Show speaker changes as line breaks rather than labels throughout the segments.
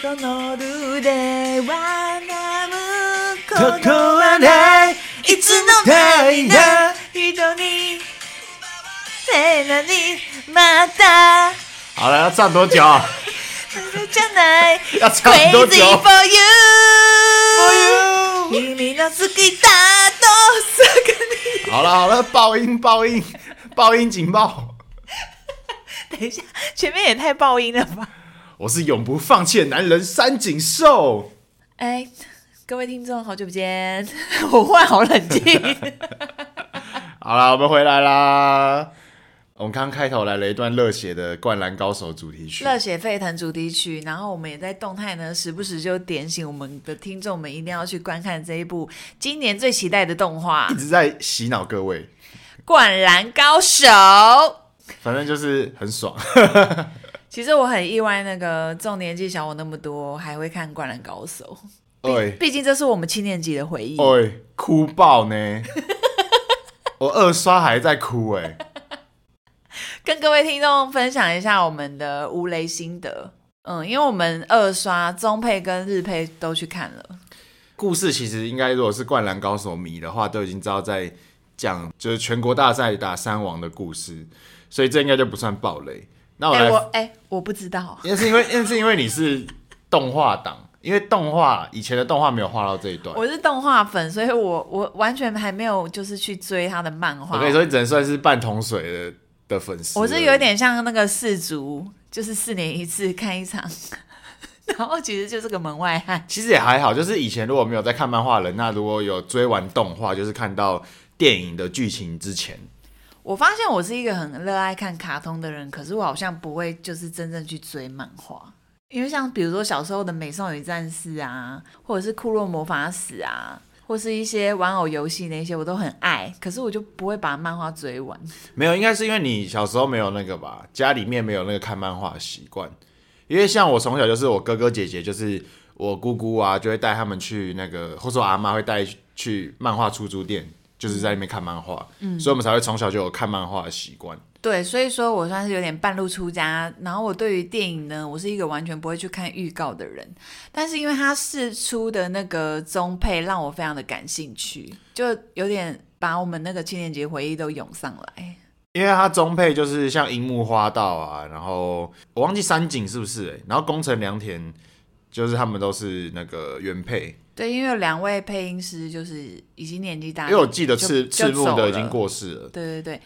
その腕は
ここ
むこは
はね
ねいつの間にな人にせなにまた
好了，要 唱多久？
じゃない
要唱多久
Crazy for you 君の好きだとすぐ
好了好了，爆音爆音爆音警报！
に等一下前面也太爆音了吧
我是永不放弃的男人三井寿。
哎各位听众好久不见我忽然好冷静
好了，我们回来啦。我们刚开头来了一段热血的《灌篮高手》主题曲。
热血沸腾主题曲，然后我们也在动态呢，时不时就点醒我们的听众们，一定要去观看这一部今年最期待的动画
一
《
直在洗脑各位，
灌篮高手》。
反正就是 很爽。
其实我很意外，那个这种年纪小我那么多，还会看《灌篮高手》
哎
毕竟这是我们七年级的回忆。
哎，哭爆 呢！我二刷还在哭哎、
跟各位听众分享一下我们的无雷心得。嗯，因为我们二刷中配跟日配都去看了。
故事其实应该，如果是《灌篮高手》迷的话，都已经知道在讲就是全国大赛打三王的故事，所以这应该就不算暴雷。那我
哎、
来
我哎、我不知道。
也是因为，也是因为你是动画党，因为动画以前的动画没有画到这一段。
我是动画粉，所以我我完全还没有就是去追他的漫画。
我跟你说，你只能算是半桶水的的粉丝。
我是有一，点像那个四足，就是四年一次看一 场，然后其实就是个门外汉。
其实也还好，就是以前如果没有在看漫画的人，那如果有追完动画，就是看到电影的剧情之前，
我发现我是一个很热爱看卡通的人，可是我好像不会就是真正去追漫画，因为像比如说小时候的《美少女战士》啊，或者是《库洛魔法使》啊，或是一些玩偶游戏那些，我都很爱，可是我就不会把漫画追完。
没有，应该是因为你小时候没有那个吧，家里面没有那个看漫画的习惯。因为像我从小就是我哥哥姐姐，就是我姑姑啊，就会带他们去那个，或者说阿妈会带去漫画出租店，就是在那边看漫画，
嗯
所以我们才会从小就有看漫画的习惯。
对，所以说我算是有点半路出家。然后我对于电影呢，我是一个完全不会去看预告的人。但是因为他试出的那个中配让我非常的感兴趣，就有点把我们那个七年级回忆都涌上来。
因为它中配就是像樱木花道啊，然后我忘记山井是不是、欸，然后宫城良田就是他们都是那个原配，
对，因为有两位配音师就是已经年纪大，
因为我记得
就
赤
就
赤木
走
的
了
已经过世了，
对对对，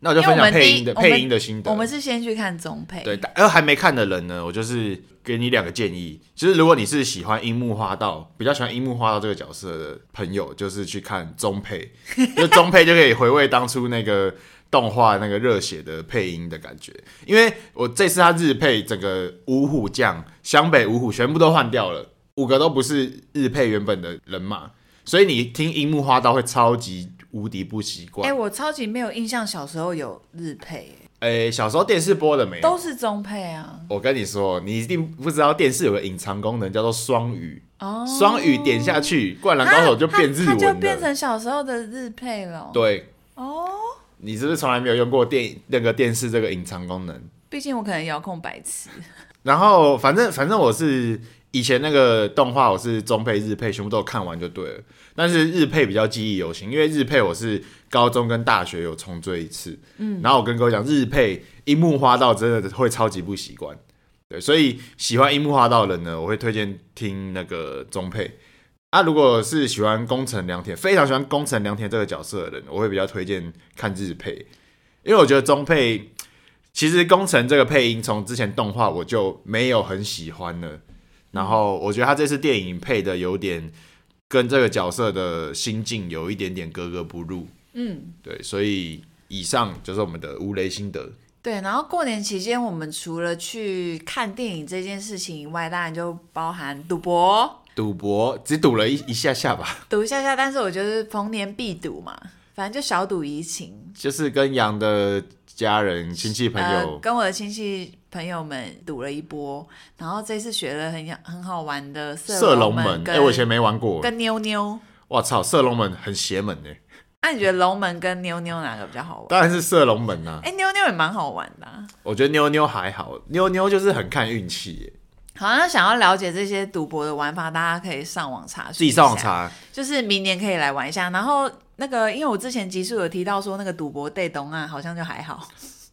那我就
因为
分
我
享
们
配
第一
音的
我们
配音的心得。
我们是先去看中配，
对，但而呃还没看的人呢，我就是给你两个建议，就是如果你是喜欢樱木花道，比较喜欢樱木花道这个角色的朋友，就是去看中 配，就中配就可以回味当初那个动画那个热血的配音的感觉。因为我这次他日配整个五虎将、湘北五虎全部都换掉了，五个都不是日配原本的人马，所以你听樱木花道会超级无敌不习
哎、
惯。
我超级没有印象，小时候有日配，
诶、小时候电视播的没有？
都是中配啊。
我跟你说，你一定不知道电视有个隐藏功能叫做双语，
哦，
双语点下去，《灌篮高手》就变日
它就
文
变
了。
成小时候的日配了。
对，
哦，
你是不是从来没有用过电那个电视这个隐藏功能？
毕竟我可能遥控白痴。
然后反正反正我是以前那个动画，我是中配、日配全部都有看完就对了。但是日配比较记忆犹新，因为日配我是高中跟大学有重追一次。嗯，然后我跟各位讲，日配樱木花道真的会超级不习惯。对，所以喜欢樱木花道的人呢，我会推荐听那个中配。啊，如果是喜欢宫城良田，非常喜欢宫城良田这个角色的人，我会比较推荐看日配，因为我觉得中配其实工程这个配音从之前动画我就没有很喜欢了，然后我觉得他这次电影配的有点跟这个角色的心境有一点点格格不入，
嗯，
对，所以以上就是我们的无雷心得。
对。然后过年期间，我们除了去看电影这件事情以外，当然就包含赌博，
赌博只赌了一一下下吧，
赌一下下。但是我觉得逢年必赌嘛，反正就小赌怡情。
就是跟杨的家人、亲戚朋
呃，
友，
跟我的亲戚朋友们赌了一波，然后这次学了很很好玩的
射龙
门
门，
跟
哎、我以前没玩过，
跟妞妞。
我操，射龙门很邪门哎、
那、你觉得龙门跟妞妞哪个比较好玩？
当然是射龙门呐、
哎、妞妞也蛮好玩的啊、
我觉得妞妞还好，妞妞就是很看运气、欸，
好，那想要了解这些赌博的玩法，大家可以上网查询，
自己上网，查，
就是明年可以来玩一下。然后那个，因为我之前集数有提到说，那个赌博对东岸好像就还好，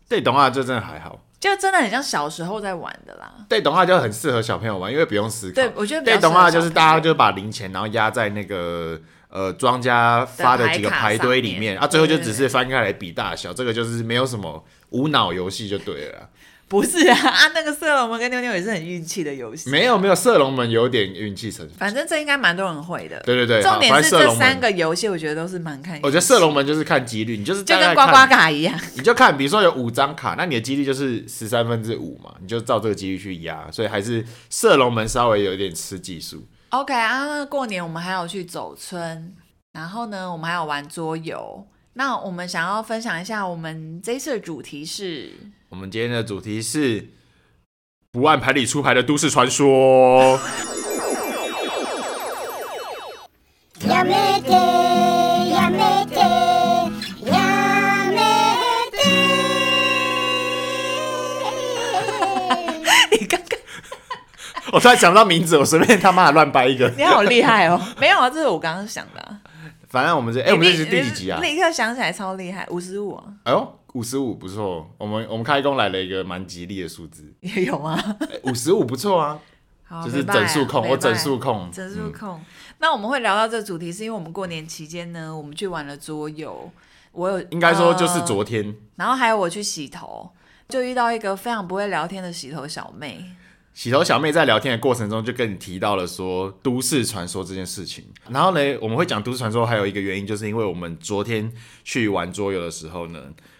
对懂啊，这真的还好。
就真的很像小时候在玩的啦。
对懂啊，就很适合小朋友玩，因为不用思考。
对，我觉得比较
对懂啊，
适合小
就是
朋友
大家就把零钱然后压在那个呃庄家发的几个牌堆里面
的牌卡上面
啊，最后就
对
只是翻开来比大小，这个就是没有什么无脑游戏就对了啦。
不是啊啊，那个射龙门跟妞妞也是很运气的游戏。
没有没有，射龙门有点运气成分。
反正这应该蛮多人会的。
对对对，
重
好
点
反
是
正射
这
龙
三
门，
个游戏，我觉得都是蛮看运气。
我觉得射龙门就是看几率，你就是
就
大概
跟刮
看
刮卡一样，
你就看，比如说有五张卡，那你的几率就是十三分之五嘛，你就照这个几率去压，所以还是射龙门稍微有一点吃技术。
OK 啊，那过年我们还有去走村，然后呢，我们还有玩桌游。那我们想要分享一下，我们这一次的主题 是，
我们今天的主题是不按牌理出牌的都市传说。
やめてやめてやめて
你刚刚
我哦突然想不到名字，我随便他妈的乱掰一 个。
你好厉害哦， 没有啊，这是我刚刚想的啊、
反正我们这，哎、
哎
我们这是第几集啊？
立刻想起来，超厉害，五十五啊，
哎呦，五十五不错。我们我们开工来了一个蛮吉利的数字，哎
也 有吗？
五十五不错啊，
好
就是
哦没办法
整数控，
没
我
办法
整数控，
整数
嗯
控。那我们会聊到这个主题，是因为我们过年期间呢，我们去玩了桌游。我有
应该说就是
呃
昨天。
然后还有我去洗头，就遇到一个非常不会聊天的洗头小 妹。
洗头小妹在聊天的过程中就跟你提到了说都市传说这件事情，然后呢，我们会讲都市传说，还有一个原因就是因为我们昨天去玩桌游的时候呢，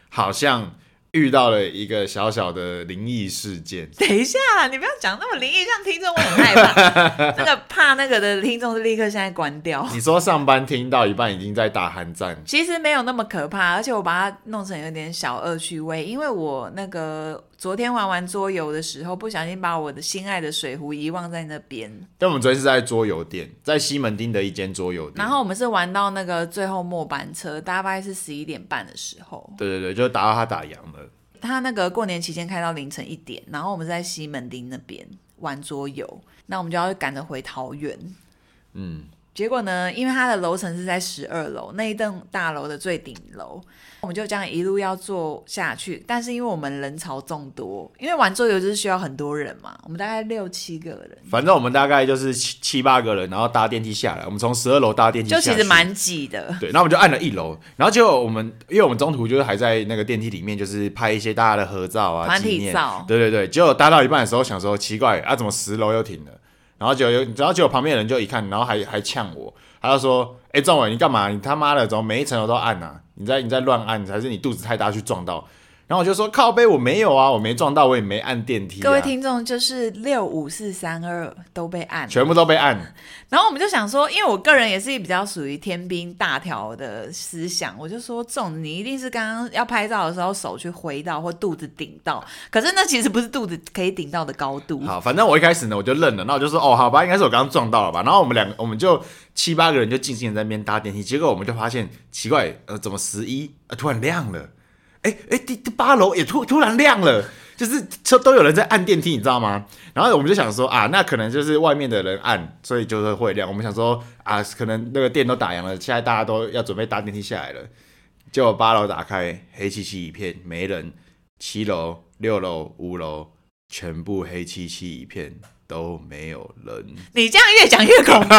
好像遇到了一个小小的灵异事件。
等一下啦，你不要讲那么灵异，像听众我很害 怕。那个怕那个的听众就立刻现在关掉。
你说上班听到一半已经在打寒战，
其实没有那么可怕，而且我把它弄成有点小恶趣味，因为我那个昨天玩完桌游的时候，不小心把我的心爱的水壶遗忘在那边。
但我们昨天是在桌游店，在西门町的一间桌游店，
然后我们是玩到那个最后末班车，大概是十一点半的时候。
对对对，就打到他打烊了。
他那个过年期间开到凌晨一点，然后我们在西门町那边玩桌游，那我们就要赶着回桃园。
嗯，
结果呢，因为它的楼层是在十二楼那一栋大楼的最顶楼，我们就这样一路要坐下去。但是因为我们人潮众多，因为玩桌游就是需要很多人嘛，我们大概六七个人，
反正我们大概就是七七八个人，然后搭电梯下来，我们从十二楼搭电梯下
就
去，
其实蛮挤的。
对，然后我们就按了一楼，然后结果我们，因为我们中途就是还在那个电梯里面，就是拍一些大家的合照啊，
团体
纪念
照
对对对，结果搭到一半的时候，想说奇怪啊，怎么十楼又停了？然后结果有，然后结果旁边的人就一看，然后还还呛我，他就说：“哎、仲伟，你干嘛？你他妈的怎么每一层楼都按啊？你在你在乱按，还是你肚子太大去撞到？”然后我就说：“靠背，我没有啊，我没撞到，我也没按电梯、啊。”
各位，听众，就是六五四三二都被按了，
全部都被按。
然后我们就想说，因为我个人也是比较属于天兵大条的思想，我就说这种你一定是刚刚要拍照的时候手去挥到或肚子顶到，可是那其实不是肚子可以顶到的高度。
好，反正我一开始呢，我就愣了，那我就说哦，好吧，应该是我刚刚撞到了吧。然后我们两个，我们就七八个人就静静的在那边搭电梯，结果我们就发现奇怪，呃，怎么十一呃突然亮了？哎哎，第第八楼也突突然亮了。就是就都有人在按电梯，你知道吗？然后我们就想说啊，那可能就是外面的人按，所以就是会亮。我们想说啊，可能那个电都打烊了，现在大家都要准备搭电梯下来了。结果八楼打开，黑漆漆一片，没人。七楼、六楼、五楼全部黑漆漆一片，都没有人。
你这样越讲越 恐怖。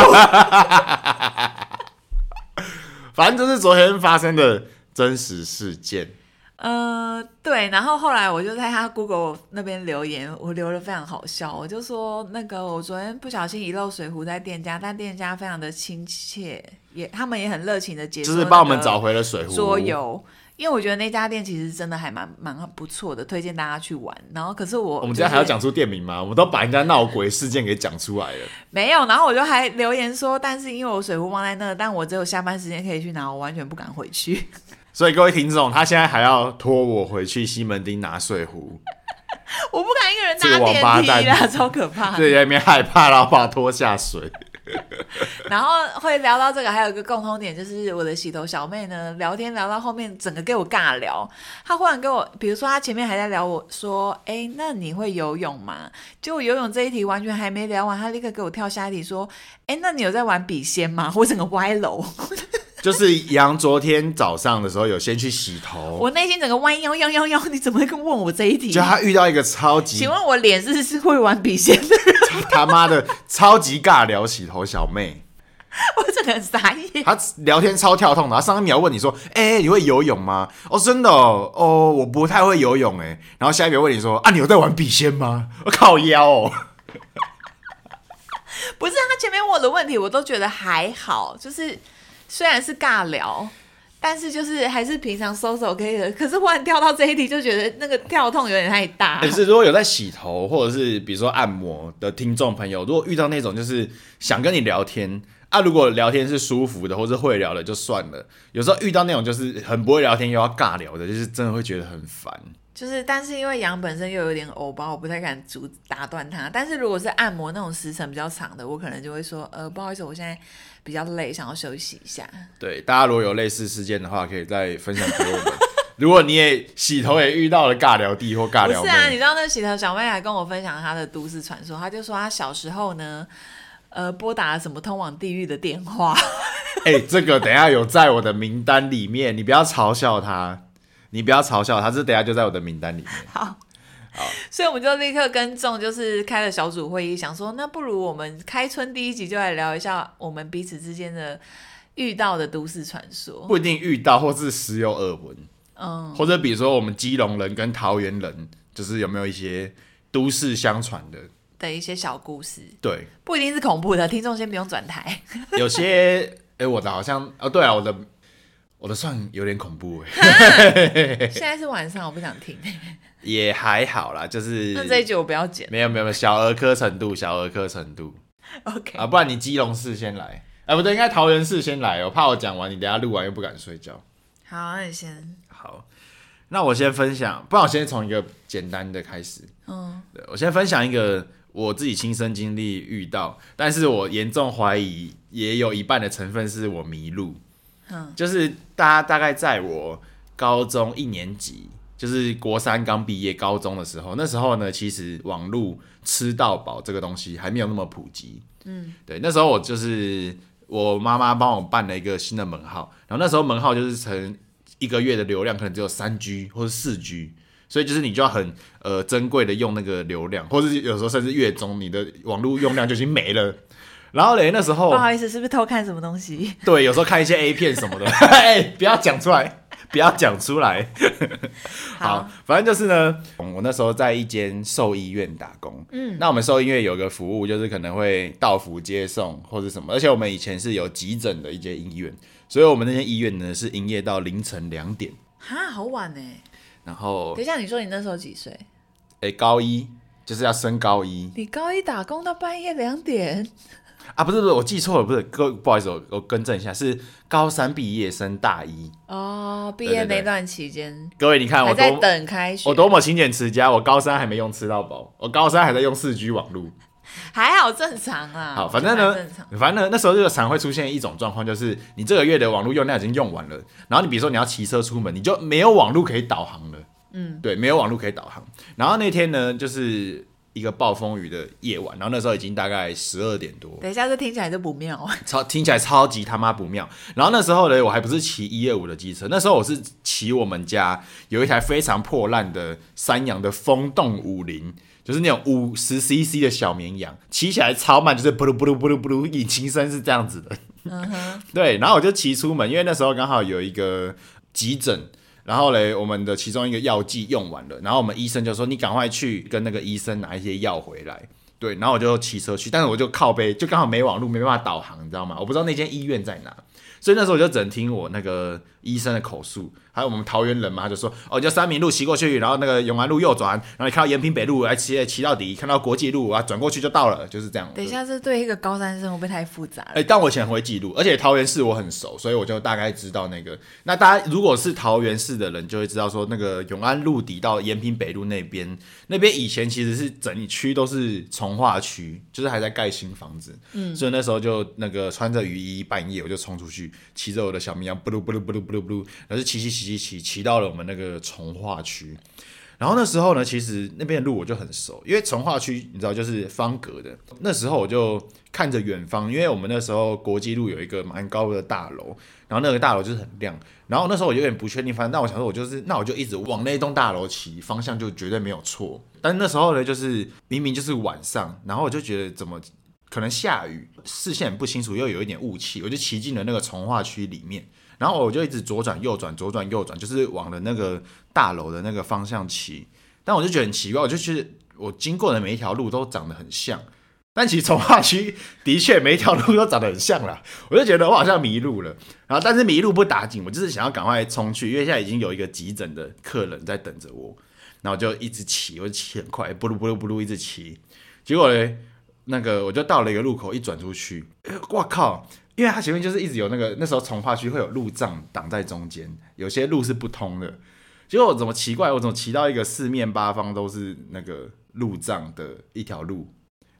反正这是昨天发生的真实事件。
呃，对，然后后来我就在他 Google 那边留言，我留的非常好笑，我就说那个我昨天不小心遗漏水壶在店家，但店家非常的亲切，也他们也很热情的解说、
就是帮我们找回了水壶
桌。游，因为我觉得那家店其实真的还蛮蛮不错的，推荐大家去玩。然后可是我
我们
就
今天还要
是
讲出店名吗？我们都把人家闹鬼事件给讲出来了。
没有，然后我就还留言说，但是因为我水壶忘在那，但我只有下班时间可以去拿，我完全不敢回去。
所以各位听众，他现在还要拖我回去西门町拿 水壶，
我不敢一个人
这个王八
搭电梯啦，
蛋
超可怕。
所以在那边害怕，然后把他拖下水。
然后会聊到这个，还有一个共通点就是我的洗头小妹呢，聊天聊到后面，整个给我尬聊。她忽然跟我，比如说她前面还在聊我说，哎，那你会游泳吗？结果游泳这一题完全还没聊完，她立刻给我跳下一题说，哎，那你有在玩笔仙吗？我整个歪楼，
就是杨昨天早上的时候有先去洗头，
我内心整个弯腰腰腰腰，你怎么会跟问我这一题
就？他遇到一个超级
请问我脸是是会玩笔仙的 人？
他妈的超级尬聊洗头小妹，
我整个很傻 眼。
她聊天超跳痛的，她上一秒问你说：“哎、你会游泳吗？”哦，真的哦，哦我不太会游泳哎。然后下一秒问你说：“啊，你有在玩笔仙吗？”我靠腰 哦，
不是他前面问我的问题，我都觉得还好，就是虽然是尬聊，但是就是还是平常收手可以的。可是忽然跳到这一题，就觉得那个跳痛有点太大。
哎可是如果有在洗头或者是比如说按摩的听众朋友，如果遇到那种就是想跟你聊天啊，如果聊天是舒服的或是会聊的就算了，有时候遇到那种就是很不会聊天又要尬聊的，就是真的会觉得很烦。
就是，但是因为羊本身又有点欧巴，我不太敢阻打断他。但是如果是按摩那种时程比较长的，我可能就会说，呃，不好意思，我现在比较累，想要休息一下。
对，大家如果有类似事件的话，可以再分享给我 们。如果你也洗头也遇到了尬聊弟或尬
不
聊
是啊，你
妹，
知道那洗头小妹还跟我分享她的都市传说，她就说她小时候呢，呃，拨打了什么通往地狱的电话。
哎、这个等一下有在我的名单里面，你不要嘲笑他，你不要嘲笑他，这等一下就在我的名单里面。
所以我们就立刻跟众就是开了小组会议，想说那不如我们开春第一集就来聊一下我们彼此之间的遇到的都市传说。
不一定遇到，或是时有耳闻，
嗯，
或者比如说我们基隆人跟桃园人，就是有没有一些都市相传的？
的一些小故事，
对，
不一定是恐怖的，听众先不用转 台。
有些哎、我的好像哦，对啊，我的我的算有点恐怖哎、
现在是晚上，我不想 听。
也还好啦，就是
那这一集我不要剪。
没有没有没有小儿科程度，小儿科程度
OK，
啊，不然你基隆市先来，哎、不对，应该桃园市先来哦，我怕我讲完你等一下录完又不敢睡觉。
好，啊那你先。
好，那我先分享，不然我先从一个简单的开始。
嗯，
对我先分享一个我自己亲身经历遇到，但是我严重怀疑也有一半的成分是我迷路。
嗯，
就是大家大概在我高中一年级，就是国三刚毕业高中的时候，那时候呢，其实网络吃到饱这个东西还没有那么普及。嗯，对，那时候我就是我妈妈帮我办了一个新的门号，然后那时候门号就是成一个月的流量可能只有三 G 或者四 G。所以就是你就要很呃珍贵的用那个流量，或者是有时候甚至月中你的网络用量就已经没了。然后嘞，那时候
不好意思，是不是偷看什么东西？
对，有时候看一些 A 片什么的， 哎、不要讲出来，不要讲出来。好，反正就是呢，我那时候在一间兽医院打工。嗯，那我们兽医院有个服务，就是可能会到府接送或者什么，而且我们以前是有急诊的一间医院，所以我们那间医院呢是营业到凌晨两点。
哈，好晚呢。
然后
等，一下，你说你那时候几岁？
哎、高一就是要升高一
你高一打工到半夜两点，
啊，不是不是，我记错了，不是，各不好意思，我我更正一下，是高三毕业升大一。
哦，毕
对
业
对
那
对
段期间
各位，你看
还
我多
在等开学。
我多么勤俭持家，我高三还没用吃到饱，我高三还在用四 G 网络。
还好正常啦。
好，反正呢
还啊正常。，
反正呢，那时候就常会出现一种状况，就是你这个月的网络用量已经用完了，然后你比如说你要骑车出门，你就没有网络可以导航了。嗯，对，没有网络可以导航。然后那天呢，就是一个暴风雨的夜晚，然后那时候已经大概十二点多，
等一下，这听起来就不妙。
超听起来超级他妈不妙。然后那时候呢，我还不是骑一二五的机车，那时候我是骑我们家有一台非常破烂的山羊的风动五零，就是那种五十 CC 的小绵羊，骑起来超慢，就是噗噜噗噜噗噜噗噜，引擎声是这样子的。对，然后我就骑出门，因为那时候刚好有一个急诊。然后嘞，我们的其中一个药剂用完了，然后我们医生就说：“你赶快去跟那个医生拿一些药回来。”对，然后我就骑车去，但是我就靠背，就刚好没网路，没办法导航，你知道吗？我不知道那间医院在哪，所以那时候我就只能听我那个医生的口述，还有我们桃园人嘛，他就说哦，你就三民路骑过去，然后那个永安路右转，然后你看到延平北路，哎骑骑到底，看到国际路啊，转过去就到了，就是这样。
等一下，这对一个高三生会不会太复杂了？
哎、但我以前很会记录，而且桃园市我很熟，所以我就大概知道那个。那大家如果是桃园市的人，就会知道说，那个永安路底到延平北路那边，那边以前其实是整一区都是从化区，就是还在盖新房子。嗯，所以那时候就那个穿着雨衣，半夜我就冲出去，骑着我的小绵羊，布鲁布鲁布鲁布鲁布鲁，然后就骑骑骑骑骑骑到了我们那个从化区。然后那时候呢，其实那边的路我就很熟，因为从化区你知道就是方格的。那时候我就看着远方，因为我们那时候国际路有一个蛮高的大楼，然后那个大楼就是很亮。然后那时候我有点不确定，反正那我想说，我就是那我就一直往那栋大楼骑，方向就绝对没有错。但那时候呢，就是明明就是晚上，然后我就觉得怎么可能下雨，视线很不清楚，又有一点雾气，我就骑进了那个从化区里面。然后我就一直左转右转左转右转，就是往了那个大楼的那个方向骑。但我就觉得很奇怪，我就觉得我经过的每一条路都长得很像，但其实从化区的确每一条路都长得很像啦。 我就觉得我好像迷路了，然后但是迷路不打紧，我就是想要赶快冲去，因为现在已经有一个急诊的客人在等着我，然后我就一直骑，我就骑很快，不噜不噜不噜一直骑，结果嘞，那个我就到了一个路口，一转出去，我靠！因为它前面就是一直有那个那时候从化区会有路障挡在中间，有些路是不通的。结果我怎么奇怪，我怎么骑到一个四面八方都是那个路障的一条路，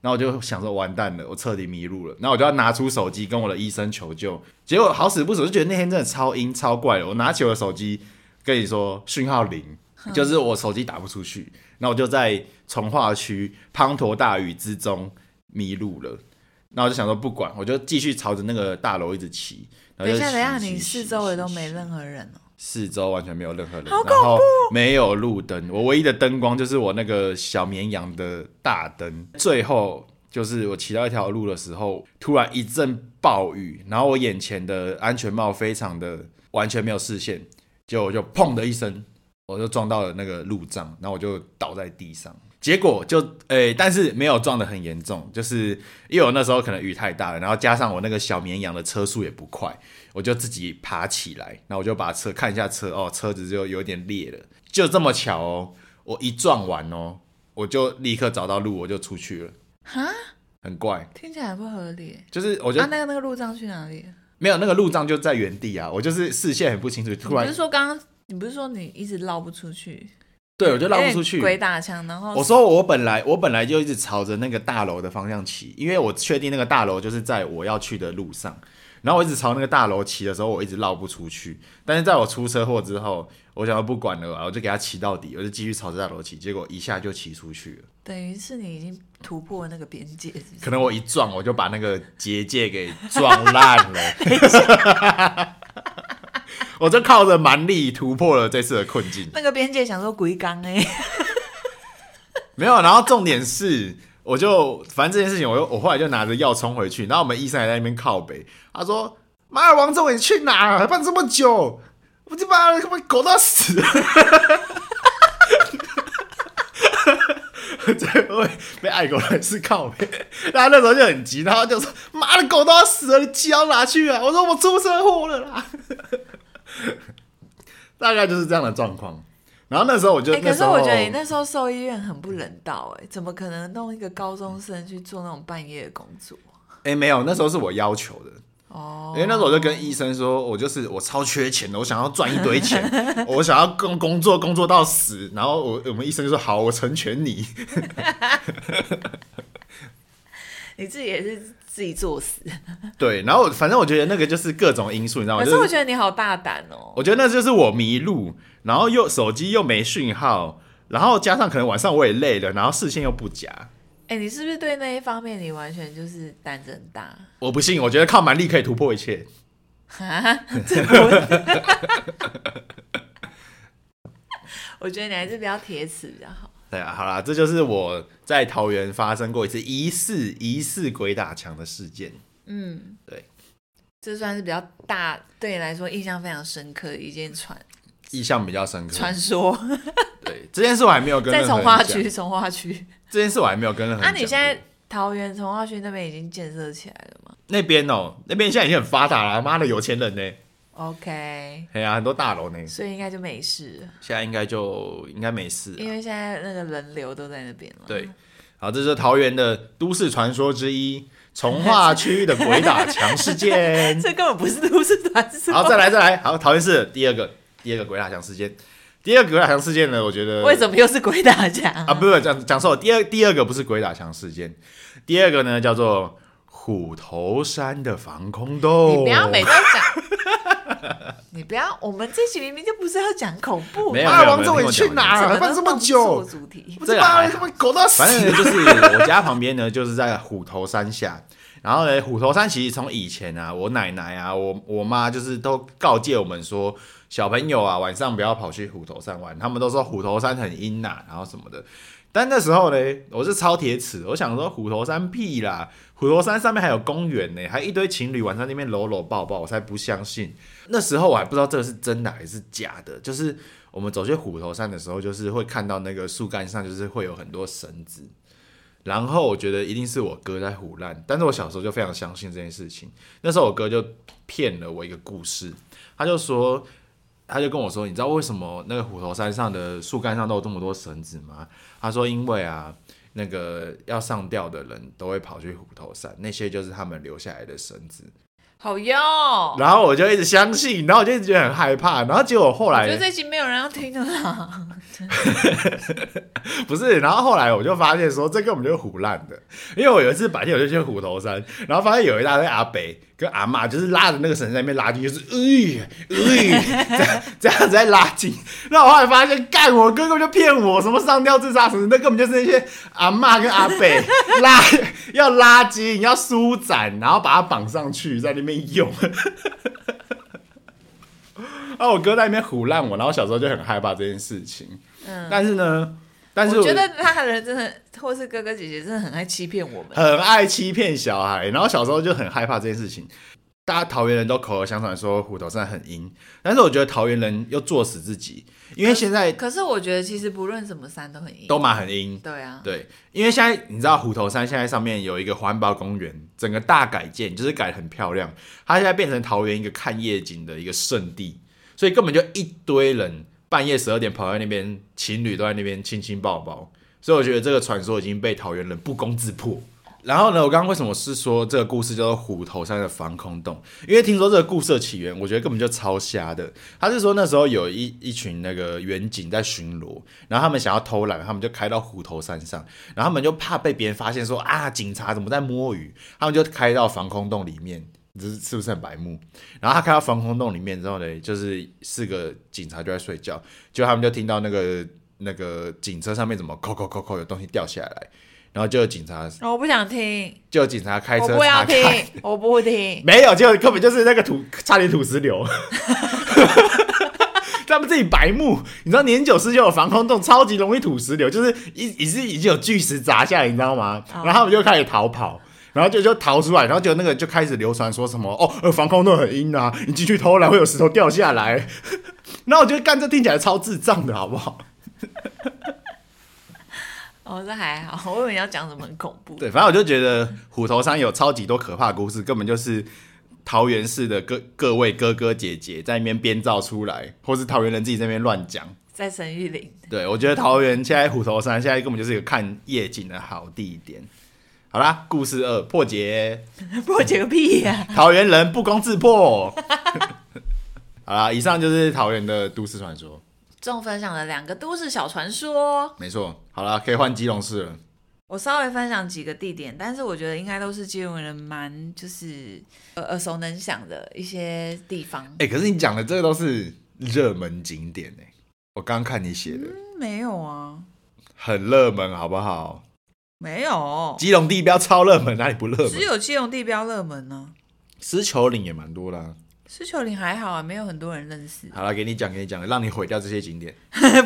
然后我就想说完蛋了，我彻底迷路了。然后我就要拿出手机跟我的医生求救。结果好死不死，我就觉得那天真的超阴超怪的。我拿起我的手机，跟你说讯号零，就是我手机打不出去。然后我就在从化区滂沱大雨之中迷路了。然后我就想说不管，我就继续朝着那个大楼一直骑。然
等一
后就
下，
骑
等一下，你
骑
四
骑
周围
骑
都
骑
没任何人哦。
四周完全没有任何人，
好恐怖
然后没有路灯，我唯一的灯光就是我那个小绵羊的大灯。最后就是我骑到一条路的时候，突然一阵暴雨，然后我眼前的安全帽非常的完全没有视线，结果我就砰的一声，我就撞到了那个路障，然后我就倒在地上。结果就诶、但是没有撞得很严重，就是因为我那时候可能雨太大了，然后加上我那个小绵羊的车速也不快，我就自己爬起来，然后我就把车看一下车，哦，车子就有点裂了，就这么巧哦，我一撞完哦，我就立刻找到路，我就出去了，
哈，
很怪，
听起来不合理耶。
就是我觉
啊，
得
那个那个路障去哪里？
没有那个路障就在原地啊，我就是视线很不清楚，
你
突
不
然
是说刚刚你不是说你一直绕不出去，
对我就绕不出
有点
去，
鬼打墙，然后
我说我本来我本来就一直朝着那个大楼的方向骑，因为我确定那个大楼就是在我要去的路上。然后我一直朝那个大楼骑的时候，我一直绕不出去。但是在我出车祸之后，我想要不管了啊，我就给他骑到底，我就继续朝着大楼骑，结果一下就骑出去了。
等于是你已经突破那个边界，是不是
可能我一撞，我就把那个结界给撞烂了。我就靠着蛮力突破了这次的困境。
那个边界想说鬼刚哎，
没有，然后重点是，我就反正这件事情我，又我后来就拿着药冲回去，然后我们医生还在那边靠北，他说：“马尔王总，你去哪儿？还办这么久？我这妈的，他妈狗到死！” 这位被爱狗人士靠背，然后那时候就很急，然后就说：“妈的，狗都要死了，你鸡要拿去啊！”我说：“我出车祸了啦。” 大概就是这样的状况。然后那时候我就，
哎，可
那
是
时候
我觉得你那时候兽医院很不人道哎，怎么可能弄一个高中生去做那种半夜的工作？
哎、没有，那时候是我要求的，
哦，
因为那时候我就跟医生说，我就是我超缺钱的，我想要赚一堆钱，我想要工工作工作到死，然后我我们医生就说好，我成全你，
你自己也是自己作死，
对，然后我反正我觉得那个就是各种因素，你知道吗？
可
哦就是
我
是
觉得你好大胆哦。
我觉得那就是我迷路，然后又手机又没讯号，然后加上可能晚上我也累了，然后视线又不佳，
哎、你是不是对那一方面你完全就是胆子很 大？
我不信，我觉得靠蛮力可以突破一切。
哈，这不是。我觉得你还是不要铁齿比较好。
对啊，好啦，这就是我在桃园发生过一次疑似疑似鬼打墙的事件。
嗯，
对，
这算是比较大，对你来说印象非常深刻的一件传
印象比较深刻，
传说，
对这件事我还没有跟
在
任何
从
人
化
讲
区，从化区。
这件事我还没有跟任何
啊，
人。
你现在桃园从化区那边已经建设起来了吗？
那边哦，那边现在已经很发达了，妈的有钱人呢，
OK，
哎呀、很多大楼呢，
所以应该就没事了，
现在应该就应该没事了。
因为现在那个人流都在那边了。
对，好，这是桃园的都市传说之一，从化区的鬼打墙事件。
这根本不是都市传说。
好，再来再来，好，桃园市的第二个第二个鬼打墙事件，第二个鬼打墙事件呢，我觉得
为什么又是鬼打墙啊
啊？不不，讲讲错了，第二第二个不是鬼打墙事件，第二个呢叫做虎头山的防空洞。
你不要每次都讲， 你不要，我们这期明明就不是要讲恐怖，
没有
啊
没没
我
有
们
没有听我讲
怎么
完
能
放这么
动
久
做主题
不
这
是
个
吧
还好
他们狗到死。反正就是我家旁边呢，就是在虎头山下。然后呢，虎头山其实从以前啊，我奶奶啊，我我妈就是都告诫我们说，小朋友啊，晚上不要跑去虎头山玩。他们都说虎头山很阴呐、然后什么的。但那时候呢，我是超铁齿，我想说虎头山屁啦，虎头山上面还有公园呢，还一堆情侣晚上那边搂搂抱抱，我才不相信。那时候我还不知道这个是真的还是假的，就是我们走去虎头山的时候，就是会看到那个树干上就是会有很多绳子，然后我觉得一定是我哥在胡乱，但是我小时候就非常相信这件事情。那时候我哥就骗了我一个故事，他就说，他就跟我说，你知道为什么那个虎头山上的树干上都有这么多绳子吗？他说，因为啊，那个要上吊的人都会跑去虎头山，那些就是他们留下来的绳子。
好哟。我
然后我就一直相信，然后我就一直觉得很害怕，然后结果后来
觉得这期没有人要听的啦。
不是，然后后来我就发现说，这根本就是胡烂的，因为我有一次白天我就去虎头山，然后发现有一大堆阿北跟阿嬷，就是呃拉着那个绳子在那边拉筋，就是哎哎、这样这样子在拉筋，然后我后来发现，干我哥根本就骗我，什么上吊自杀什么，那根本就是那些阿嬷跟阿北 拉要拉筋，要舒展，然后把它绑上去，在那边 用。然后哦我哥在那边胡烂我，然后小时候就很害怕这件事情。嗯，但是呢，但是
我觉得那个人真的，或是哥哥姐姐真的很爱欺骗我们。
很爱欺骗小孩，然后小时候就很害怕这件事情。大家桃园人都口口相传说虎头山很阴，但是我觉得桃园人又作死自己，因为现在
可是我觉得其实不论什么山都很硬。
都蛮很阴。
对啊，
对，因为现在你知道虎头山现在上面有一个环保公园，整个大改建，就是改得很漂亮。它现在变成桃园一个看夜景的一个圣地，所以根本就一堆人半夜十二点跑在那边，情侣都在那边亲亲抱抱。所以我觉得这个传说已经被桃园人不攻自破。然后呢，我刚刚为什么是说这个故事叫做虎头山的防空洞？因为听说这个故事的起源，我觉得根本就超瞎的。他是说那时候有一一群那个远警在巡逻，然后他们想要偷懒，他们就开到虎头山上，然后他们就怕被别人发现说啊，警察怎么在摸鱼？他们就开到防空洞里面，这是是不是很白目？然后他开到防空洞里面之后呢，就是四个警察就在睡觉，结果他们就听到那个那个警车上面怎么扣扣扣扣有东西掉下来，然后就有警察
哦我不想听，
就有警察开
我
车
不要
查
听
看，，
我不听。
没有，结果根本就是那个土差点土石流。 他们自己白目，你知道年久失修的防空洞超级容易土石流，就是已已是已经有巨石砸下来，你知道吗？
啊
然后他们就开始逃跑，然后就就逃出来，然后就那个就开始流传说什么哦，呃，防空洞很阴啊，你进去偷懒会有石头掉下来。 然后我觉得干这听起来超智障的，好不好？
哦，这还好，我以为你要讲什么很恐怖。
对，反正我就觉得虎头山有超级多可怕的故事，根本就是桃园市的各各位哥哥姐姐在那边编造出来，或是桃园人自己在那边乱讲。
在神玉 林，
对，我觉得桃园现在虎头山现在根本就是一个看夜景的好地点。好啦，故事二破解，
破解个屁呀、
桃园人不攻自破。 好啦，以上就是桃园的都市传说，
众分享了两个都市小传说，
没错。好啦，可以换基隆市了。
我稍微分享几个地点，但是我觉得应该都是基隆人蛮就是呃耳熟能详的一些地方。
哎、可是你讲的这个都是热门景点哎、我刚看你写的，
嗯没有啊，
很热门，好不好？
没有，
基隆地标超热门，哪里不热
只
门？
有基隆地标热门呢、
狮球岭也蛮多啦。
狮球林还好啊，没有很多人认 识。
好了，给你讲，给你讲，让你毁掉这些景点，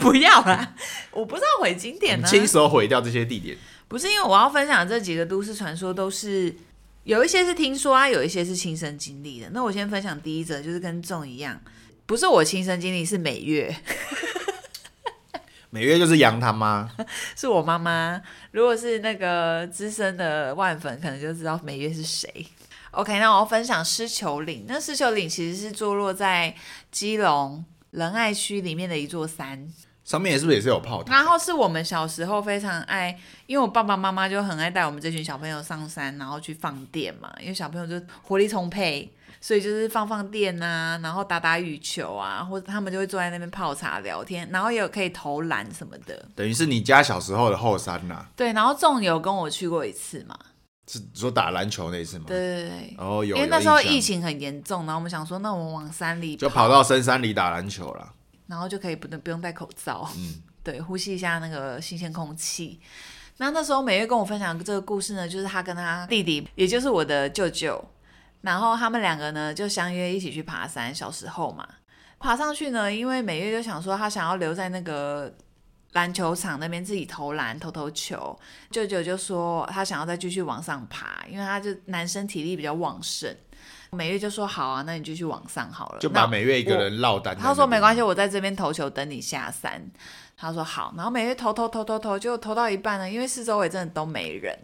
不要啦，我不知道毁景点
你
呢、
亲手毁掉这些地点。
不是因为我要分享的这几个都市传说都是有一些是听说啊，有一些是亲身经历的。那我先分享第一则，就是跟众一样，不是我亲身经历，是每月。
美月就是杨他妈，
是我妈妈。如果是那个资深的万粉，可能就知道美月是谁。OK，那我要分享狮球岭。那狮球岭其实是坐落在基隆仁爱区里面的一座山，
上面是不是也是有炮台？
然后是我们小时候非常爱，因为我爸爸妈妈就很爱带我们这群小朋友上山，然后去放电嘛，因为小朋友就活力充沛，所以就是放放电啊，然后打打羽球啊，或者他们就会坐在那边泡茶聊天，然后也有可以投篮什么的。
等于是你家小时候的后山呐、
对，然后仲有跟我去过一次嘛，
是说打篮球那一次吗？
对，对对。
哦有，
因为那时候
有印象
疫，情很严重，然后我们想说，那我们往山里
就跑到深山里打篮球了。
然后就可以不不用戴口罩，
嗯，
对，呼吸一下那个新鲜空气。那那时候美月跟我分享这个故事呢，就是她跟她弟弟，也就是我的舅舅，然后他们两个呢就相约一起去爬山，小时候嘛，爬上去呢，因为美月就想说她想要留在那个。篮球场那边自己投篮投投球，舅舅就说他想要再继续往上爬，因为他就男生体力比较旺盛。美月就说好啊，那你继续往上好了。
就把
那
美月一个
我
人落单。
他说没关系，，我在这边投球等你下山。他说好，然后每月投投投投投，就投到一半呢，因为四周围真的都没人。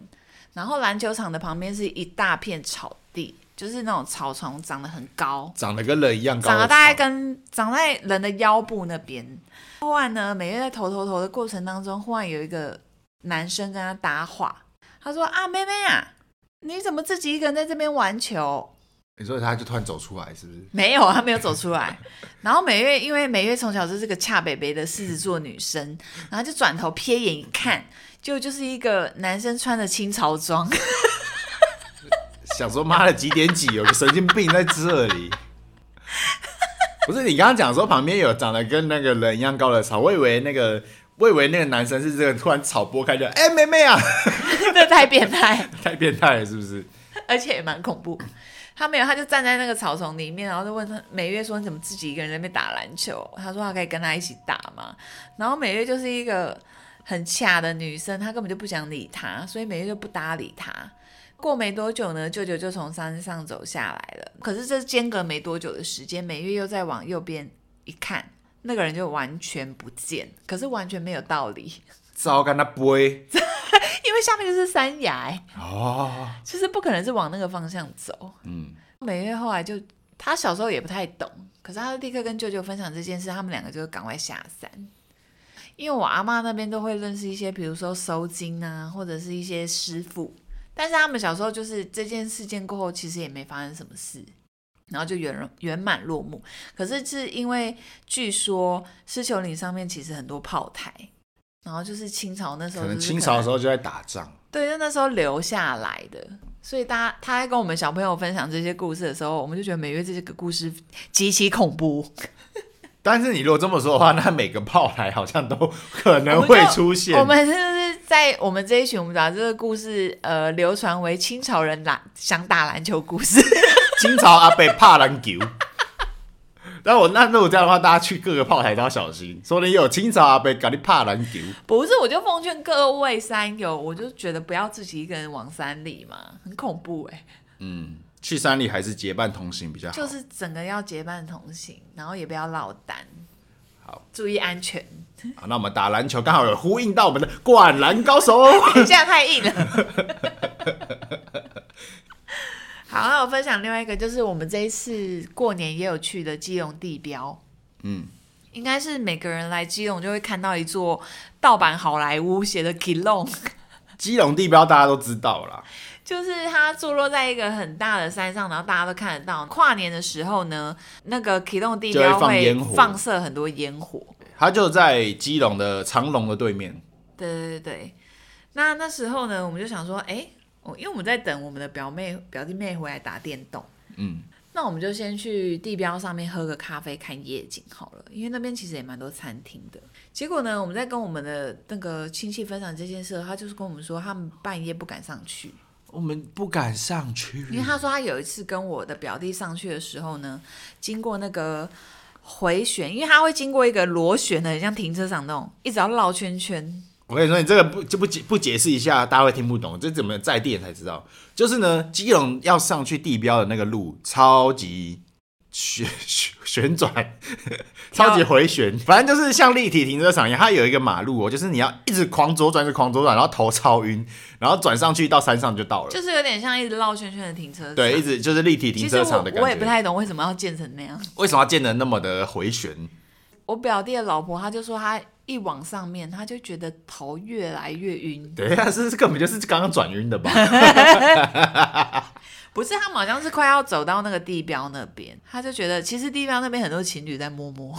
然后篮球场的旁边是一大片草地，就是那种草丛长得很高，
长得跟人一样高的草，
长得大概跟长在人的腰部那边。忽然呢，美月在投投投的过程当中，忽然有一个男生跟她搭话，他说啊，妹妹啊，你怎么自己一个人在这边玩球？
你说他就突然走出来，是不是？
没有，啊她没有走出来。 然后美月，因为美月从小就是个恰北北的狮子座女生，然后就转头瞥眼一看，就就是一个男生穿着清朝装，
想说妈的几点几，有个神经病在这 里。不是你刚刚讲说旁边有长得跟那个人一样高的草，我以为那个，我以为那个男生是这个突然草拨开就哎、妹妹啊，
这太变态，
太变态了是不是？
而且也蛮恐怖。他没有，他就站在那个草丛里面，然后就问他美月说：“你怎么自己一个人在那边打篮球？”他说：“他可以跟他一起打嘛。”然后美月就是一个很恰的女生，她根本就不想理他，所以美月就不搭理他。过没多久呢，舅舅就从山上走下来了。可是这间隔没多久的时间，美月又再往右边一看，那个人就完全不见，可是完全没有道理，
糟干他不会
因为下面就是山崖、欸
哦，
就是不可能是往那个方向走。
嗯，
美月后来就，她小时候也不太懂，可是她立刻跟舅舅分享这件事，他们两个就赶快下山。因为我阿妈那边都会认识一些，比如说收金啊，或者是一些师傅，但是他们小时候就是这件事件过后，其实也没发生什么事，然后就圆圆满落幕。可是是因为据说狮球岭上面其实很多炮台，然后就是清朝那时候
可能
就是
清
可
朝的时候就在打仗，
对，就那时候留下来的。所以大家他在跟我们小朋友分享这些故事的时候，我们就觉得美月这个故事极其恐怖。
但是你如果这么说的话，那每个炮台好像都可能
我们
会
就
出现。
我们就是在我们这一群，我们把这个故事呃流传为清朝人打想打篮球故事。
清朝阿北怕篮球。但我那如果这样的话，大家去各个炮台都要小心，说不定有清朝阿北搞你怕篮球。
不是，我就奉劝各位山友，我就觉得不要自己一个人往山里嘛，很恐怖哎、
嗯，去山里还是结伴同行比较好。
就是整个要结伴同行，然后也不要落单，
好，
注意安全。
好，那我们打篮球刚好有呼应到我们的灌篮高手。
等一下太硬了。 好，那我分享另外一个，就是我们这一次过年也有去的基隆地标，
嗯，
应该是每个人来基隆就会看到一座盗版好莱坞写的 k i l o n
基隆地标大家都知道啦，
就是它坐落在一个很大的山上，然后大家都看得到。跨年的时候呢，那个 k i l o n 地标
就会放
会
烟火
放射很多烟火，
它就在基隆的长隆的对面。
对对对对，那那时候呢，我们就想说，哎，我因为我们在等我们的表妹表弟妹回来打电动，
嗯，
那我们就先去地标上面喝个咖啡看夜景好了，因为那边其实也蛮多餐厅的。结果呢，我们在跟我们的那个亲戚分享这件事的时候，他就是跟我们说，他们半夜不敢上去，
我们不敢上去，
因为他说他有一次跟我的表弟上去的时候呢，经过那个回旋，因为他会经过一个螺旋的，很像停车场那种，一直要绕圈圈。
我跟你说，你这个不就不解不解释一下，大家会听不懂。这怎么在地人才知道？就是呢，基隆要上去地标的那个路超级旋 旋旋转， 超级回旋，反正就是像立体停车场一样，它有一个马路哦，就是你要一直狂左转，一直狂左转，然后头超晕，然后转上去到山上就到了。
就是有点像一直绕圈圈的停车场。
对，一直就是立体停
其实
车
我
场的感觉。
我也不太懂为什么要建成那样。
为什么要建的那么的回旋？
我表弟的老婆，她就说她一往上面，她就觉得头越来越晕。
等一下，是是根本就是刚刚转 晕的吧？
不是，他们好像是快要走到那个地标那边，她就觉得其实地标那边很多情侣在摸摸，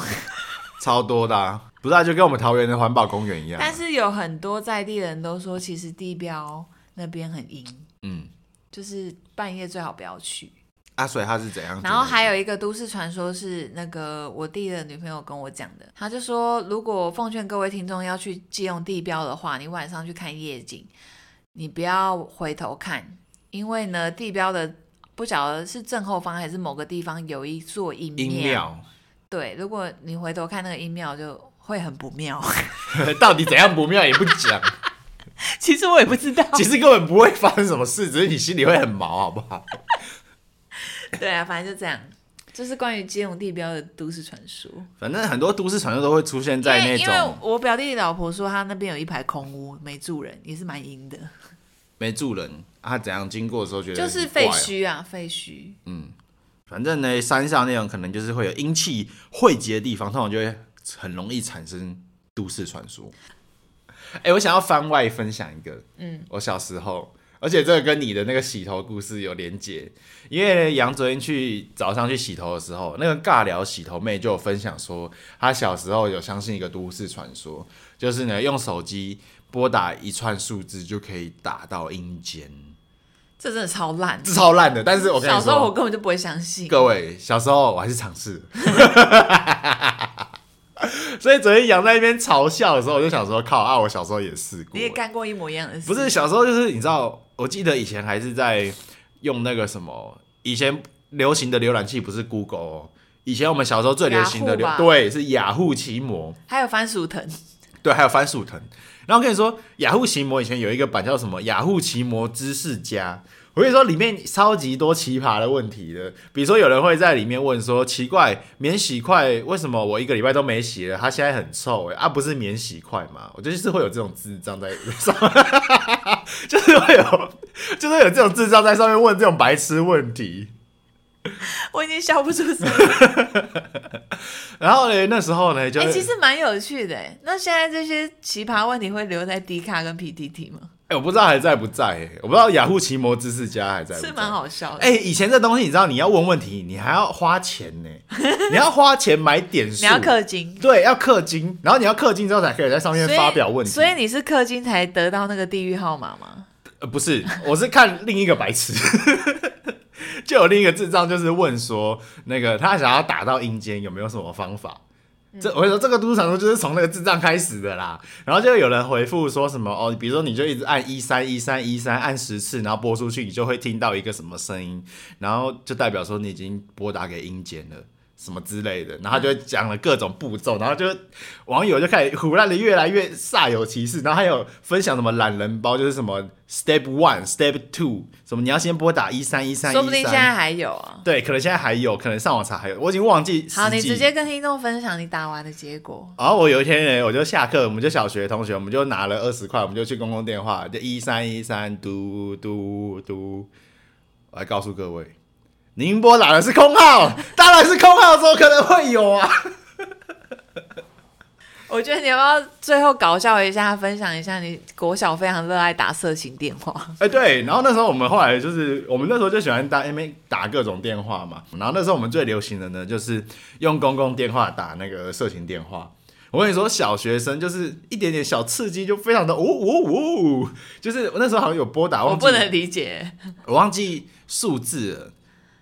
超多的、啊，不是、啊、就跟我们桃园的环保公园一样啊。
但是有很多在地人都说，其实地标那边很阴，
嗯，
就是半夜最好不要去。
啊，所以它是怎样？
然后还
有，
有一个都市传说是那个我弟的女朋友跟我讲的，他就说，如果奉劝各位听众要去借用地标的话，你晚上去看夜景，你不要回头看，因为呢，地标的不晓得是正后方还是某个地方有一座阴庙，
音庙
对，如果你回头看那个阴庙就会很不妙。
到底怎样不妙也不 讲，
其实我也不知道，
其实根本不会发生什么事，只是你心里会很毛，好不好？
对啊，反正就这样。就是关于借用地标的都市传说，
反正很多都市传说都会出现
因
在
为
那
因为
种
我表弟老婆说他那边有一排空屋没住人，也是蛮阴的。
没住人，啊、他怎样经过的时候觉得
就是
很怪
废
哦。
墟啊，废墟。
反正呢，山上那种可能就是会有阴气汇集的地方，通常就会很容易产生都市传说。哎、我想要番外分享一个，嗯，我小时候，而且这个跟你的那个洗头故事有连结，因为杨昨天去早上去洗头的时候，那个尬聊洗头妹就有分享说，她小时候有相信一个都市传说，就是呢用手机拨打一串数字就可以打到阴间，
这真的超烂。
这超烂的，但是我跟你
小
说，
时候我根本就不会相信。
各位，小时候我还是 尝试。所以昨天杨在那边嘲笑的时候，我就想说，靠啊，我小时候也试过。
你也干过一模一样的事？
不是小时候，就是你知道，我记得以前还是在用那个什么，以前流行的浏览器不是 Google，、哦、以前我们小时候最流行的
雅
浏
虎吧
对是雅虎奇摩，
还有番薯藤，
对，还有番薯藤。然后我跟你说，雅虎奇摩以前有一个版叫什么“雅虎奇摩知识家”，我跟你说里面超级多奇葩的问题的。比如说有人会在里面问说：“奇怪，免洗块为什么我一个礼拜都没洗了，它现在很臭、欸？啊，不是免洗块吗？”我觉得就是会有这种智障在上面， 就是会有，就是会有这种智障在上面问这种白痴问题。
我已经笑不出声。 哎、
然后呢，那时候呢，就会
其实蛮有趣的欸。那现在这些奇葩问题会留在 D 卡跟 PTT 吗？
哎、我不知道还在不在、欸，我不知道雅虎奇摩知识家还在不在
是蛮好笑的。
哎、以前这东西你知道，你要问问题，你还要花钱呢，你要花钱买点数，
你要氪金，
对，要氪金，然后你要氪金之后才可以在上面
所以
发表问题。
所以你是氪金才得到那个地狱号码吗？
呃，不是，我是看另一个白痴， 就有另一个智障，就是问说，那个他想要打到阴间有没有什么方法？
嗯
这我跟你说，这个都市传说就是从那个智障开始的啦。然后就有人回复说什么哦，比如说你就一直按一三一三一三按十次，然后播出去，你就会听到一个什么声音，然后就代表说你已经拨打给阴间了。什么之类的，然后他就讲了各种步骤，然后就网友就开始胡乱的越来越煞有其事，然后还有分享什么懒人包，就是什么 step one、step two，什么你要先拨打一三一三
说不定
一
现在
三，
还有啊。
对，可能现在还有，可能上网查还有，我已经忘记实际。
好，你直接跟听众分享你打完的结果。
然后我有一天呢，我就下课，我们就小学同学，我们就拿了二十块，我们就去公共电话，就一三一三嘟嘟嘟，我来告诉各位，宁波打的是空号，当然是空号，怎么可能会有啊？
我觉得你要不要最后搞笑一下，分享一下你国小非常热爱打色情电话？
哎、对，然后那时候我们后来就是，我们那时候就喜欢打 M A 打各种电话嘛，然后那时候我们最流行的呢，就是用公共电话打那个色情电话。我跟你说，小学生就是一点点小刺激就非常的哦哦哦，就是我那时候好像有拨打，
我
忘记
不能理解，
我忘记数字了，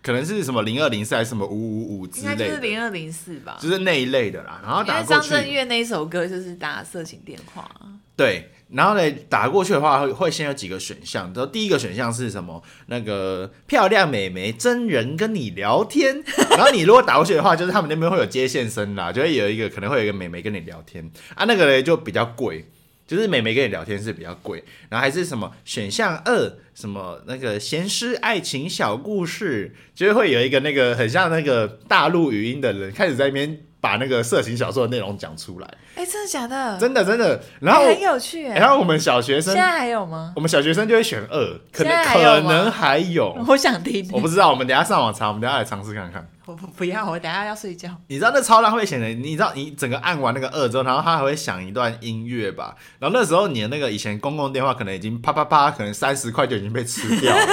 可能是什么零二零四还是什么五五五之
应该就
类
是
的，
零二零四吧。
就是那一类的啦。然后
因
打
为
过
张
去，
震岳那一首歌就是打色情电话，
对，然后呢，打过去的话会会先有几个选项，然后第一个选项是什么？那个漂亮美眉真人跟你聊天， 然后你如果打过去的话，就是他啊们那边会有接线生啦，就会有一个可能会有一个美眉跟你聊天啊，那个呢就比较贵。就是美眉跟你聊天是比较贵，然后还是什么选项二，什么那个闲诗爱情小故事，就是会有一个那个很像那个大陆语音的人开始在那边把那个色情小说的内容讲出来，
哎、真的假的？
真的真的。然
哎
后、
很有趣哎、
然后我们小学生
现，在还有吗？
我们小学生就会选二，
现
可
在
能
还有啊
可
吗
能还有，
我想听，
我不知道，我们等一下上网查，我们等一下来尝试看看。
我不不要，我等一下要睡觉。
你知道那超浪费钱的，你知道你整个按完那个二之后，然后它还会响一段音乐吧？然后那时候你的那个以前公共电话可能已经啪啪啪，可能三十块就已经被吃 掉了。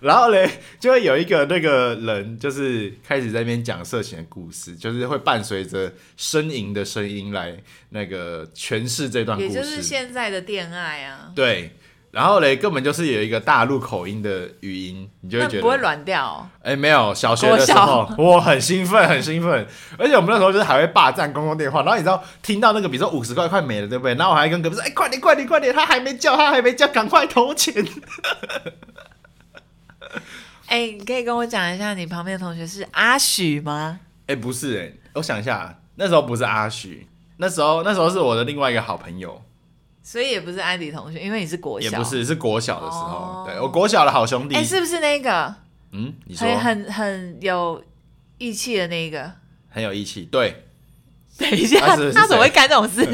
然后嘞，就会有一个那个人就是开始在那边讲色情的故事，就是会伴随着呻吟的声音来那个诠释这段故
也
事。
就是现在的恋爱啊，
对，然后嘞，根本就是有一个大陆口音的语音，你就会
那
觉得
不会软掉哦、
哎、没有，小学的时候我很兴奋，很兴奋，而且我们那时候就是还会霸占公共电话，然后你知道听到那个比如说五十块快没了，对不对？然后我还跟隔壁说，哎、快点，快点，快点，他还没叫，他还没叫，赶快投钱。
哎、你可以跟我讲一下，你旁边的同学是阿许吗？
哎、不是哎、我想一下，那时候不是阿许，那时候那时候是我的另外一个好朋友，
所以也不是安迪同学，因为你是国
也
小，
不。是是国小的时候，
哦
对我国小的好兄弟，
哎、是不是那个
嗯，你说
很很很有义气的那个？
很有义气，对，
等一下，
啊是是
他怎么
谁
会干这种 事？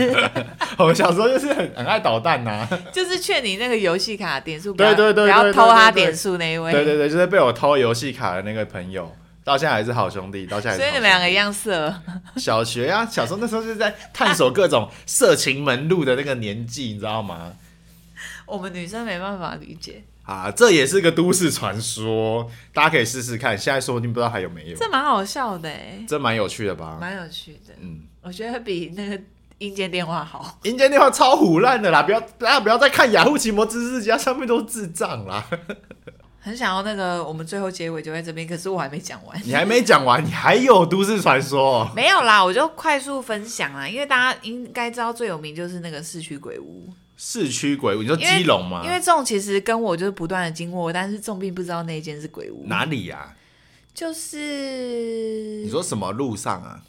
我们小时候就是很很爱捣蛋啊呐、
就是劝你那个游戏卡点数不要，
对对对
不要
对对
偷他
对对
点数那一位。
对对对，就是被我偷游戏卡的那个朋友，到现在还是好兄弟，到现在还是
所以
好
你们
兄弟
两个一样色，
小学啊，小时候那时候就是在探索各种色情门路的那个年纪，你知道吗？
我们女生没办法理解，
啊，这也是个都市传说，大家可以试试看。现在说不定不知道还有没有，
这蛮好笑的哎、
这蛮有趣的吧？
蛮有趣的。
嗯，
我觉得比那个阴间电话好。
阴间电话超虎烂的啦，不要大家不要再看雅虎奇摩知识家，上面都是智 障啦。
很想要那个，我们最后结尾就在这边，可是我还没讲完。
你还没讲完，你还有都市传说哦
没有啦，我就快速分享啊啦，因为大家应该知道最有名就是那个市区鬼屋，
市区鬼屋，你说
因为
基隆吗？
因为这种其实跟我就是不断的经过，但是重并不知道那一间是鬼屋，
哪里呀、
就是
你说什么路上啊？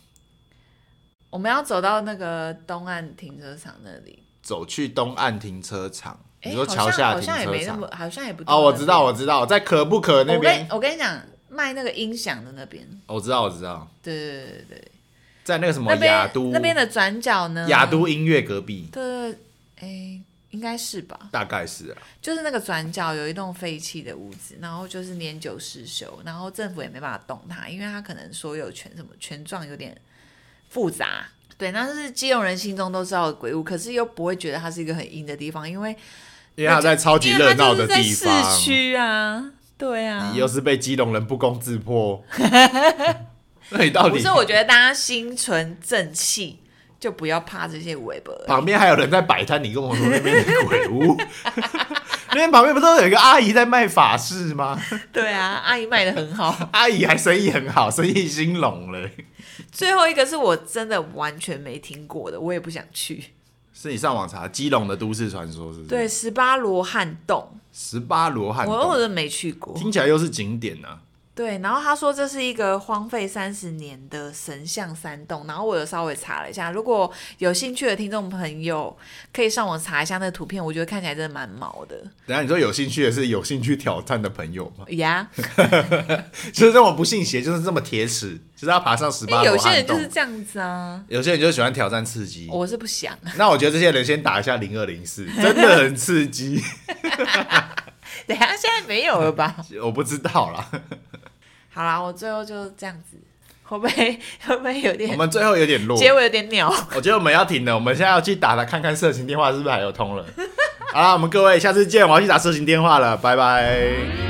我们要走到那个东岸停车场那里，
走去东岸停车场，
诶
你说
好
桥
像
下
好
停
像也
车
没那
场
么，好像也不
哦，我知道，我知道，在可不可那
我
边
跟，我跟你讲，卖那个音响的那边，
我知道，我知道，
对对对对对，
在那个什么
那
雅
边
都
那边的嗯转角呢，
雅都音乐隔壁，
对，哎，应该是吧。
大概是啊、
就是那个转角有一栋废弃的屋子，然后就是年久失修，然后政府也没办法动它，因为它可能所有权什么权状有点复杂。对，那就是基隆人心中都知道的鬼屋，可是又不会觉得它是一个很阴的地方，因为
因为它在超级
因
热
为它
闹
就
的
是在
地
市
方，
区啊，对啊
你。又是被基隆人不攻 自破，那你到底
不是，我觉得大家心存正气，就不要怕这些微博。
旁边还有人在摆摊，你跟我说那边是鬼 屋，那边旁边不是都有一个阿姨在卖法式吗？
对啊，阿姨卖的很好。
阿姨还生意很好，生意兴隆了，
最后一个是我真的完全没听过的，我也不想去。
是你上网查基隆的都市传说是不是？
对，，十八罗汉洞，
十八罗汉洞，
我我都没去过。
听起来又是景点呐、啊。
对，然后他说这是一个荒废三十年的神像山洞，然后我有稍微查了一下，如果有兴趣的听众朋友可以上网查一下那个图片，我觉得看起来真的蛮毛的
等一下你说有兴趣的是有兴趣挑战的朋友吗？
呀。
就是这种不信邪，就是这么铁齿，就是要爬上十
因
八
为
罗
有些
汉
人就
洞。
是这样子啊，
有些人就喜欢挑战刺激。
我是不想，啊
那我觉得这些人先打一下零二 零四，真的很刺激。
等一下啊现在没有了吧？
我不知道啦，
好啦，我最后就这样子，会不会 会不会有
我
点
们最后有点弱。
结尾有点鸟？
我觉得我们要停了，我们现在要去打打看看色情电话是不是还有通了。好啦，我们各位下次见，我要去打色情电话了，拜拜。